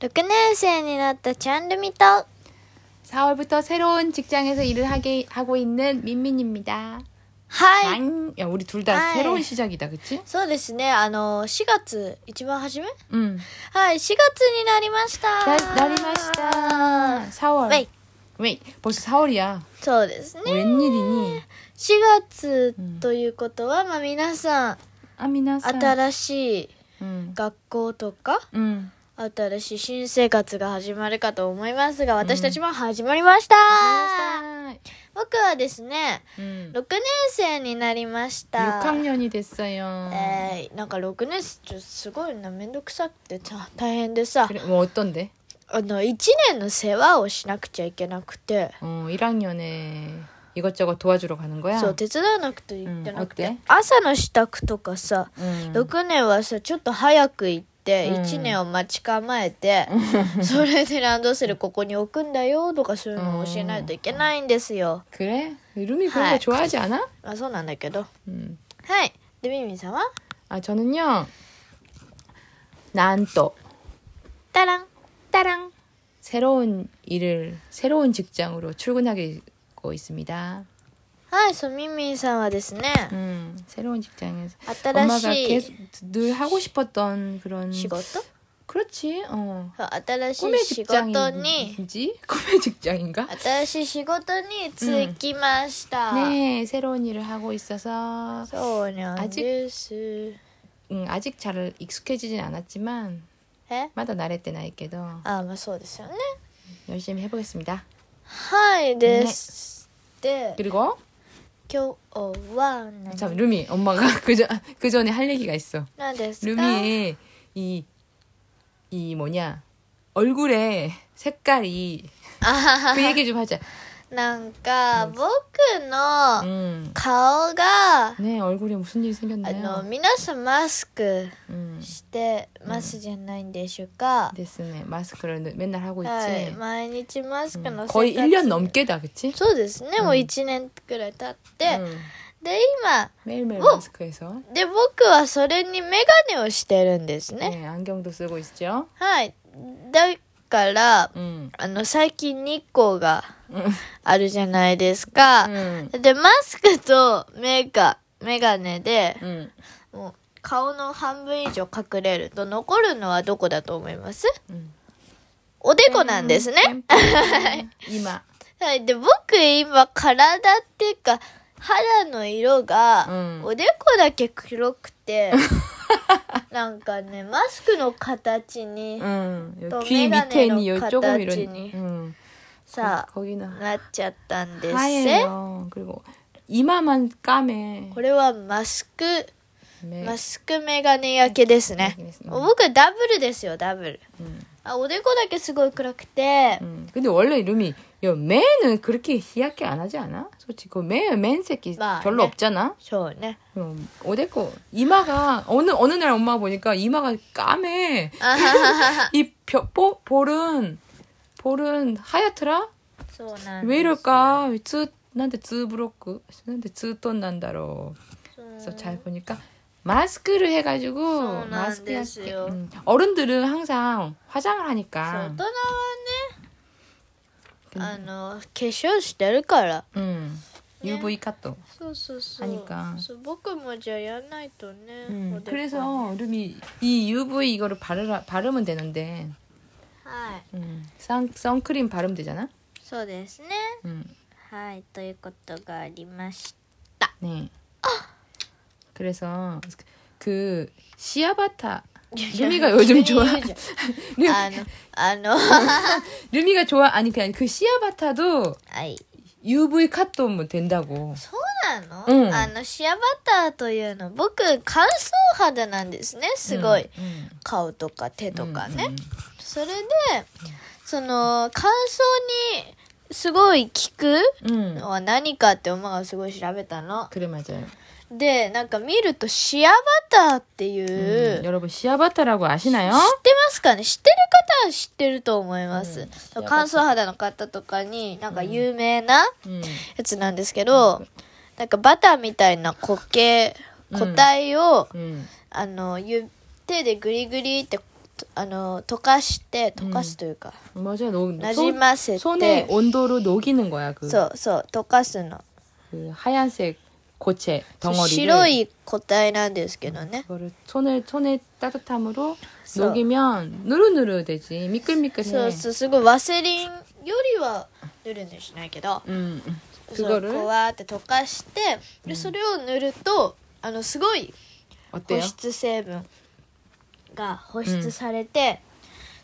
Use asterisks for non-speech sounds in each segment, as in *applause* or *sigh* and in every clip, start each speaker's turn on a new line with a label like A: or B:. A: 6年生になったチャンルミと
B: 4월부터 새로운 직장에서 일을 하게 하고 있는 민민입니다.
A: はい、
B: 앙. 야, 우리 둘 다
A: 아이.
B: 새로운 시작이다, 그치?
A: そうですねあの4月一番初め
B: 응.
A: はい4月になりました
B: 나, 나리마시다. 4월.
A: はい
B: 웨이. 벌써 4월이야.
A: そうですね
B: 웬일이니?
A: 4月ということは、まあ皆さん
B: 아미나사.
A: 新しい
B: 응.
A: 学校とか
B: 응.
A: 新しい新生活が始まるかと思いますが私たちも始まりました、
B: 아미나사.
A: 僕はですね6
B: 응.
A: 年生になりました。
B: 6학년이 됐어요.
A: えー、なんか6年生すごいなめんどくさくてさ大変でさ
B: 그래, 뭐 어떤데?
A: あの1年の世話をしなくちゃいけなくて
B: 어, 1학년에 이것저것 도와주러 가는 거야?
A: そう手伝わなくていけなくて、
B: うん
A: 朝の支度とかさ
B: 응.
A: 6年はさちょっと早く行って
B: うん
A: 1年を待ち構え
B: *laughs*
A: て、それでランドセルここに置くんだよとかそういうのを教えないといけないんですよ、
B: 그래? 루미 그런
A: 하이.
B: 거 좋아하지 않아?
A: まあそうなんだけど
B: 응.
A: はいでみみさんは
B: 아 저는요 난또
A: タランタラン
B: 새로운 일을 새로운 직장으로 출근하고 있습니다.
A: はいそうみみさんはですね、
B: 음, 새로운 직장에서
A: 아, 新
B: 엄마가
A: しい
B: 계속 늘 하고 싶었던 그런
A: 仕事
B: 그렇지. 어.
A: 新しい
B: 꿈의
A: 仕事に
B: 직장인지 *laughs* 꿈의 직장인가?
A: 新しい仕事に就きました、
B: 네, 새로운 일을 하고 있어서
A: そうなんですえ
B: 음, 아직 잘 익숙해지진 않았지만 마다 나래 때 나이 께도
A: あまあそうですよね
B: 열심히 해보겠습니다.
A: はいです、で
B: 그리고 음,
A: 今日は何
B: 참 루미 엄마가 *laughs* 그전 그 전에 할 얘기가 있어.
A: 何ですか
B: 루미의 이, 이 뭐냐, 얼굴에 색깔이. 그 얘기 좀 하자.
A: なんか僕の
B: 음.
A: 顔が、
B: 네, 얼굴에 무슨 일이
A: あの
B: 생겼나요?
A: 皆さんマスク
B: 음.
A: してますじゃないんでしょうか、
B: 됐으네. 마스크를 맨날 하고 있지.
A: はい毎日マスク
B: 음.
A: の
B: 거의
A: 生活
B: 1년 넘게다, 그치?
A: そうですね、もう
B: うん
A: 1年くらい経って、
B: 음.
A: で今
B: 매일매일
A: 어?
B: 마스크에서.
A: で僕はそれにメガネをしてるんですね、
B: 네, 안경도 쓰고 있죠.
A: はいだから、
B: 음.
A: あの最近日光が
B: 음.
A: あるじゃないですか、
B: 음.
A: でマスクとメガメガネで
B: 음.
A: もう顔の半分以上隠れると残るのはどこだと思います
B: 음.
A: おでこなんですね、
B: 이마.
A: はい、で僕今体っていうか肌の色が、
B: うん
A: おでこだけ黒く
B: *laughs*
A: てなんかねマスクの形に
B: 음.
A: 또
B: 귀 밑에 있는 요
A: 메가네로
B: 조금 이런.
A: 가다지니.
B: 음.
A: さ
B: 거기는
A: あなっちゃったんです
B: 하얘요 그리고 이마만 까매.
A: これはマスク
B: 매- 네.
A: マスクメガネ焼けですね
B: 焼けですね
A: 僕ダブルですよダブル
B: 음,
A: あおでこだけすごい暗くて、
B: 음. 근데 원래 이름이 야, 매는 그렇게 희약해 안 하지 않아? 솔직히 그 매, 맨새끼
A: 마,
B: 별로
A: 네.
B: 없잖아.
A: そう
B: *laughs*
A: ね
B: 음, 어데코 이마가 어느 어느 날 엄마 보니까 이마가 까매.
A: あははは
B: 이 벼, 보, 볼은 볼은 하얗더라.
A: そうなん
B: 왜
A: です
B: 이럴까? 쯔 난데 쯔 브로크 난데 쯔돈 난다로.
A: そう
B: 그래서 잘 보니까 마스크를 해가지고
A: 손안
B: 마스크
A: 대세요.
B: 음, 어른들은 항상 화장을
A: そう大
B: 하니까
A: 人はねあの化粧してるから
B: 음,
A: 네.
B: UV 카톡
A: そうそうそう
B: ハニカ
A: そう僕もじゃあやんないとね、
B: 음,
A: おでこ
B: 그래서 루미 이 UV 이거를 바르라, 바르면 되는데
A: はい
B: 음, 선, 선크림 바르면 되잖아
A: そうですね
B: 음,
A: はいということがありました
B: 네 그래서 그 *laughs* 시아바타
A: いや
B: 루미가 요즘 좋아
A: 急に言うじ *laughs*
B: 루,
A: ゃんあのあのは
B: 루미가 좋아 아니 그냥 그 시아바타도
A: い
B: UV 카톡 뭐 된다고
A: そうなの、
B: うん
A: あのシアバターというの僕乾燥肌なんですねすごい、
B: 음,
A: 顔とか手
B: 음,
A: とかね、
B: 음,
A: それでその乾燥にすごい効く
B: 음.
A: のは何かって엄마가すごい調べたの
B: 그래 맞아요.
A: でなんか見るとシアバターっていう、
B: 음, 여러분 시아바타라고
A: 知って
B: 아시나요?
A: ますかね知ってる方は知ってると思います、
B: うん
A: 乾燥肌の方とかになんか有名な
B: 음,
A: やつなんですけど、なんかバターみたいな固形
B: うん
A: 固体を、
B: 음,
A: あのゆ手でグリグリってとあの溶かして溶かすというか、
B: 맞아. 녹,
A: 나지마세 때.
B: 손의 온도로 녹이는 거야. 그,
A: そうそう溶かすの
B: 그 하얀색 고체 덩어리를
A: 白い個体なんですけどね
B: 그거를 손을 손의 따뜻함으로
A: 써.
B: 녹이면 누르누르 되지. 미끌미끌해.
A: そうそうすごいワセリンよりはぬるぬるしないけど
B: 음, 음.
A: そうこ
B: 그거를
A: うわーって溶かしてでそれを塗るとあのすごい
B: 어때요?
A: 保湿成分が保湿されて、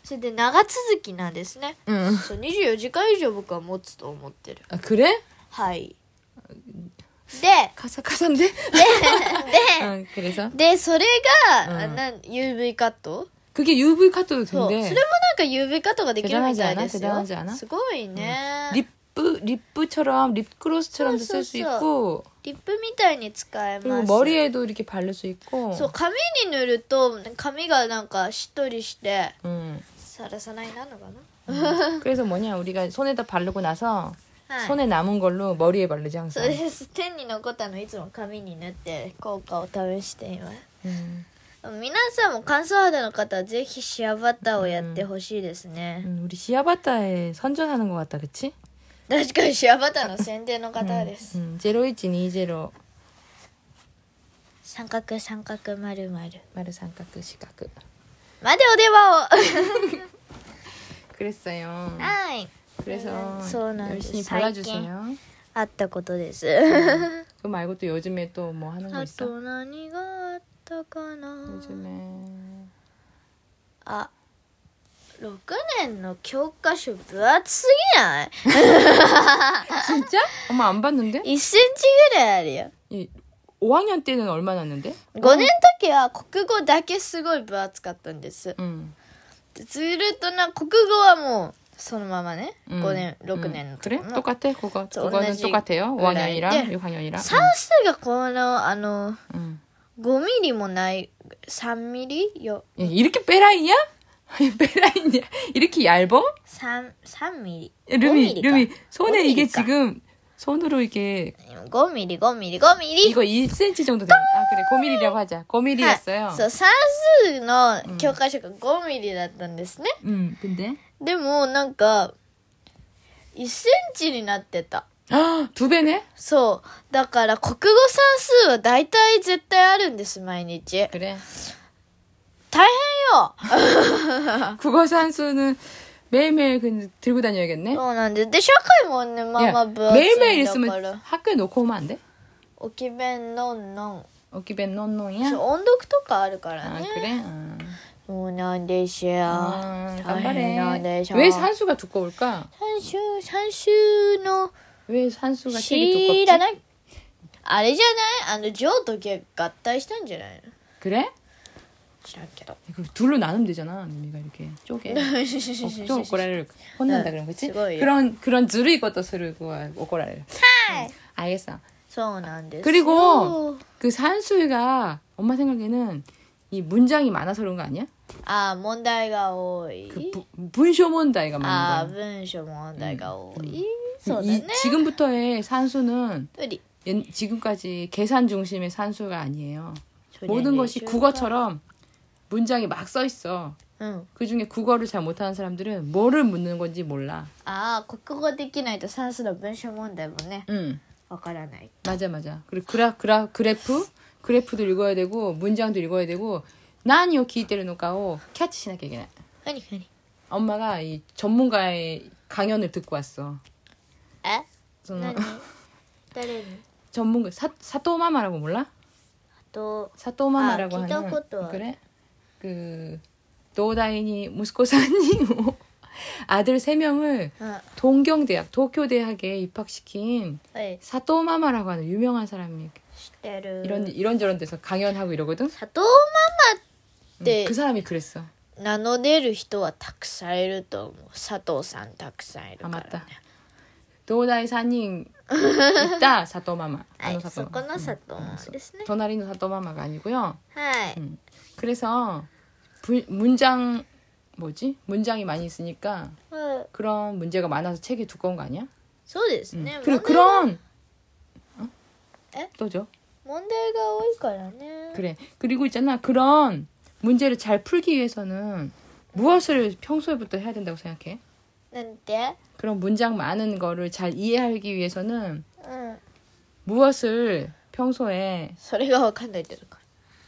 A: それで長続きなんですね、
B: 응.
A: そう24時間以上僕は持つと思ってる
B: 음. 아, 그래?
A: はいで
B: 카사카사인데?
A: で
B: 응, 그래서
A: でそれが、あ
B: うん
A: なん UV カット
B: 그게 UV 카트도
A: そうそれも
B: 된대.
A: なんか UV カットができるみたいです
B: 대단하지
A: よ
B: 않아대단하지않아
A: すごいね、リッ
B: 립부 립부처럼 립그로스처럼도 쓸 수
A: 써서.
B: 있고
A: プみたいに使えま
B: 그리고
A: す
B: 머리에도 이렇게 바를 수 있고.
A: そう髪に塗ると髪がなんかしっとりして
B: 음.
A: さらさないなのか
B: 그래서 뭐냐 우리가 손에다 바르고 나서
A: な、はい、
B: 손에 남은 걸로 머리에 바르지
A: そう
B: 항상.
A: です手に残ったのいつも髪に塗って効果を試しています
B: 음,
A: 皆さんも乾燥肌の方はぜひシアバターをやってほしいですね、
B: 음, 우리 시아바타에 선전하는 것 같다, 그치?
A: 確かにシアバターの宣伝の方です、
B: 음, 0120
A: 三角三角丸丸
B: 마르 삼각그 시각그.
A: までお電話を
B: 그랬어요.
A: はい
B: 그래서
A: 아. 소원하는
B: 열심히
A: 사이킹.
B: 발라주세요.
A: あったことです
B: 그거 말고 또 요즘에 또 뭐 하는 거
A: あ
B: 있어?
A: と何があったかな
B: 요즘에
A: あ6年の教科書分厚すぎない
B: 진짜? 엄마 안 봤는데?
A: 1センチぐらいあるよ
B: 이 5학년 때는 얼마 났는데?
A: 5年の時は国語だけすごい分厚かったんです。
B: 응.
A: ずるっとな、国語はもう、そのままね。
B: 응.
A: 5年、
B: 응.
A: 6年の時
B: 음. 그래?
A: も
B: 똑같아 그거.
A: 저
B: 그거는
A: 어린아이
B: 똑같아요.
A: 어린아이
B: 5학년이랑
A: 때.
B: 6학년이랑. 음.
A: 算数がこの、あの、
B: 응.
A: 5ミリもない、3ミリよ、
B: 야, 이렇게 빼라이냐? 빼라이냐? 이렇게 얇어?
A: 3、3ミリ。
B: 룸이
A: 5
B: 룸이 손에 이게
A: 5mm 까.
B: 지금 손으로 이게
A: 5ミリ、5ミリ、5ミリ。
B: 이거 1cm 정도 돼요. 아 그래 5mm라고 하자. 5mm였어요.
A: はいそう、算数の教科書が5ミリだったんですね。
B: 음 근데
A: でも、なんか、1センチになってた。
B: 아, 두 배네?
A: そう。だから、国語算数は大体絶対あるんです、毎日。
B: 그래.
A: 大変よ
B: 국어 산수는 매일매일 그 들고 다녀야겠네.
A: そうなんです。で、社会もね、まあまあ
B: 야,
A: 分厚い
B: 매일매일
A: んだから
B: 있으면 。 학교에 놓고 오면 안 돼?
A: 置き弁のんのん。
B: 어기벤
A: そう
B: 논논이야.
A: 音読とかあるから
B: 아
A: ね。
B: 그래. 아,
A: そうなんですよ。
B: 아, 네,
A: 大変なんで
B: 간발해.
A: しょ。
B: 왜 산수가 두꺼울까?
A: 三週、三週の
B: 왜 산수가 제일
A: 知ら
B: 두껍지?
A: ない。あれじゃないあの、ジョーとゲ合体したんじゃないの
B: 그래?
A: 知らんけど。
B: 그럼 둘로 나누면 되잖아. 언니가 이렇게 쪼개. 또 오꼬라를 혼난다 그런 거지?
A: 즐거워요.
B: 그런 그런 누르이 것도 쓰르고 오꼬라를. 알겠어.
A: そうなんですよ。
B: 그리고 그 산수가 엄마 생각에는 이 문장이 많아서 그런 거 아니야?
A: あー問題が多い。
B: 그 부- 분쇼 문다이가
A: ああ
B: 많은
A: 文章問題が多い、そ
B: 거야.
A: うだ
B: 이
A: ね
B: 지금부터의 산수는
A: 処理
B: 옛- 지금까지 계산 중심의 산수가 아니에요.
A: 処理練
B: 모든
A: 習
B: 것이 국어처럼 문장이 막 써 있어.
A: うん
B: 그 중에 국어를 잘 못하는 사람들은 뭐를 묻는 건지 몰라.
A: ああ国語できないと算数の文章問題もね
B: 응.
A: わからない
B: 맞아 맞아. 그리고 그라 그라 그래프 그래프도 읽어야 되고 문장도 읽어야 되고 난요 기대를놓고 캐치시나게
A: ふにふに
B: 엄마가 이 전문가의 강연을 듣고 왔어.
A: え
B: 그래서
A: 何誰に
B: 전문가 사, 사토마마라고 몰라?
A: あと
B: 사토마마라고
A: 아,
B: 하는
A: 기타코토.
B: 그래 그 노다인이 무스코산이 *laughs* 아들 세 명을
A: うんは
B: 동경대학 도쿄 대학에 입학시킨
A: い
B: 사토마마라고 하는 유명한 사람이
A: 知ってる
B: 이런 이런저런 데서 강연하고 이러거든.
A: 里ママっ
B: 응,
A: て
B: 그 사람이 그랬어.
A: 名乗れる人はたくさんいると思う佐藤さんたくさんいるか
B: あ
A: ら、
B: ま
A: ね、
B: た東大3人
A: *laughs*
B: 行った佐藤ママ
A: はいそこの
B: うん
A: 佐藤ママですね
B: 隣の佐藤ママが아니고요
A: はい
B: 음. 그래서 부- 문장 뭐지? 문장이 많이 있으니까
A: うん
B: 그런 문제가 많아서 책이 두꺼운 거 아니야?
A: そうですね、問
B: 음.
A: 題
B: 그리고
A: が
B: 그런 어?
A: 에?
B: 또죠?
A: 問題が多いからね
B: 어. 그래. 그리고 있잖아. 그런 문제를 잘 풀기 위해서는 무엇을 평소에부터 해야 된다고 생각해?
A: なんて
B: 그런 문장 많은 거를 잘 이해하기 위해서는
A: うん。
B: 무엇을 평소에
A: それがわかんないってことか。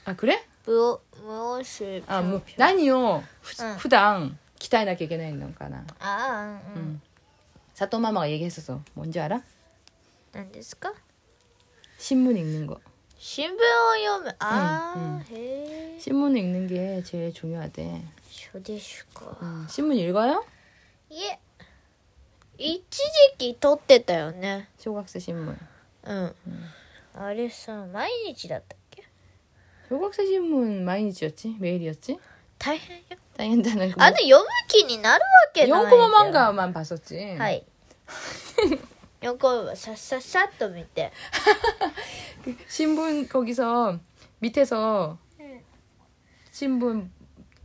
B: 아 그래?
A: 無を、無をする。
B: 아, 뭐, 난이요. 후,
A: 응.
B: 후당 기타에나 개개나 건가나.
A: ああ、うん。
B: 사또 마마가 얘기했었어. 뭔지 알아?
A: 何ですか
B: 신문 읽는 거.
A: 新聞を読む。ああ、
B: うんうん
A: へえ。
B: 신문 읽는 게 제일 중요하대.
A: 書でしゅか。
B: 음, 신문 읽어요?
A: いえ。一時期撮ってたよね。
B: 쇼각세 신문.
A: うん。あれさ、毎日だったっけ
B: 쇼각세 신문毎日였지? 매일이었지?
A: 大変よ。
B: 당연다는 거.
A: あの、読む気になるわけないんだ
B: 영코마 망가만 봤었지.
A: はい。4コマはさっさっさっと見て。
B: 신문 거기서 밑에서 신문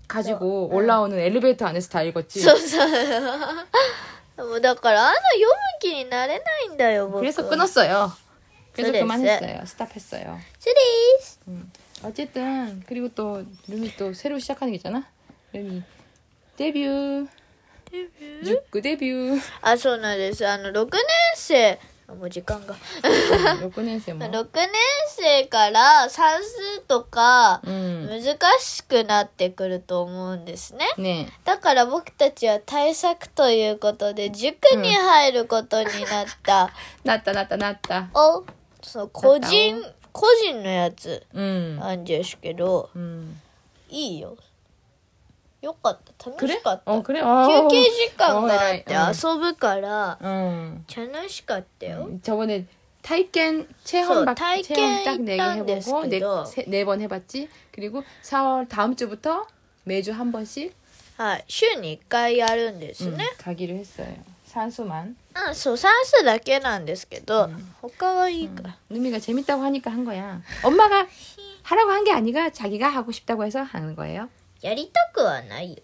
B: 가지고 올라오는 엘리베이터 안에서 다 읽었지.
A: そうそう。もうだから、あの読む気になれないんだよ、僕。
B: 그래서 끊었어요. 그래서
A: 그래서.
B: 그만했어요. 스탑했어요.
A: チュリース
B: 어쨌든 그리고 또 룸이 또 새로 시작하는 게 있잖아. 룸이 데뷔. 데뷔. 육구 *laughs* 데뷔. 음,
A: あ、そうなんです。あの、6年生、あもう時間が。
B: 육구 년생 뭐.
A: 6年生から算数とか、
B: 음.
A: 難しくなってくると思うんですね。
B: 네.
A: だから僕たちは対策ということで、塾に入ることになった。
B: 났다 났다 났다.
A: お、そう、個人、個人のやつ
B: 음.
A: なんですけど、
B: 음.
A: いいよ。よかった。楽
B: 그래?
A: しかった。
B: 어 그래.
A: 休
B: 어.
A: 憩時間があっ
B: 어, 에라이.
A: て遊ぶから、
B: 응.
A: 楽しかったよ。
B: 응. 저번에体験
A: 저
B: 체험 박
A: 어, 타이켄
B: 체험 딱
A: 있다는
B: 네개해보고
A: 데스크도.
B: 네번 해봤지. 그리고 4월 다음 주부터 매주 한 번씩 음,
A: はい。週に1回やるんですね。
B: 가기로 했어요. 산수만.
A: うん、そう、算数だけなんですけど、他はいいから。
B: 누미가 재밌다고 하니까 한 거야. 엄마가 하라고 한 게 아니라 자기가 하고 싶다고 해서 하는 거예요.
A: やりたくはないよ。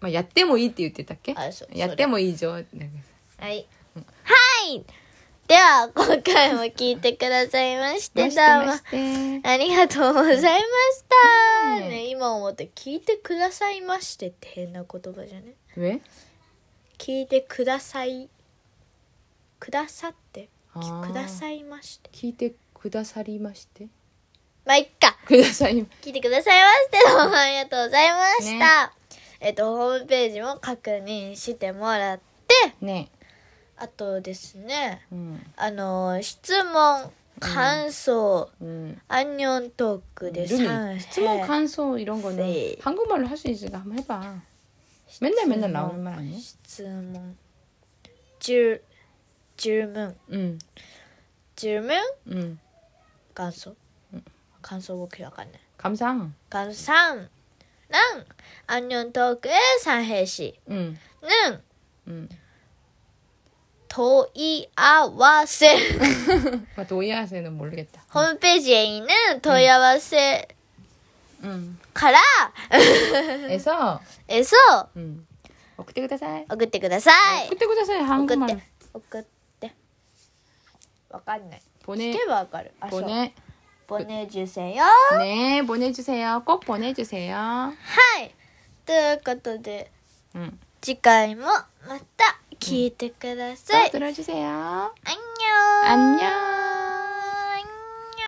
B: 막やってもいいって言ってたっけ?
A: 아, 소- 소리.
B: やってもいいじょ.
A: はい。はいでは、今回も聞いてくださいまして、どうも。
B: 마시떼.
A: ありがとうございました。
B: ね
A: ね、今思って、聞いてくださいましてって変な言葉じゃね
B: 왜?
A: 聞いてください。くださって。
B: あー
A: くださいまして。
B: 키테 구다사리마시떼.
A: まあ、いっか。
B: 구다사리.
A: 聞いてくださいまして、どうもありがとうございました。えっと、ホームページも確認してもらって、
B: 네.
A: あとですね、
B: 음.
A: あの、質問、感想、
B: 음.
A: アンニョントークで
B: 루미.
A: 3
B: 스모 간소 이런 거는
A: 네.
B: 한국말로 할 수 있으니까 한번 해봐. 맨날 맨날 나오는 말 아니야?
A: 質問、十、十問、
B: 응.
A: 十問、
B: 응.
A: 感想。感想僕わかんない。
B: 감상.
A: 感想3、ラン、アンニョントークへ三平氏、
B: 응.
A: ヌン、
B: 응.
A: 問い合わせ。
B: 아, 도이아세는 모르겠다.
A: ホームページへ있는問い合わせ
B: 응.
A: から、
B: 에서
A: え、そう、
B: 응. 어, 그때 그다사이.
A: 送ってください。
B: 그때 그다사이
A: 送って
B: 한국말 、
A: 送って。わかんない。
B: 보내
A: 聞けばわかる。あ、そう。
B: 보내
A: ボネ受精よ。
B: 네 보내주세요. 꼭 보내주세요.
A: はい。ということで、
B: 응.
A: 次回もまた聞いてくださ
B: 또
A: い。
B: 들어주세요.
A: あんにょー。
B: 안녕.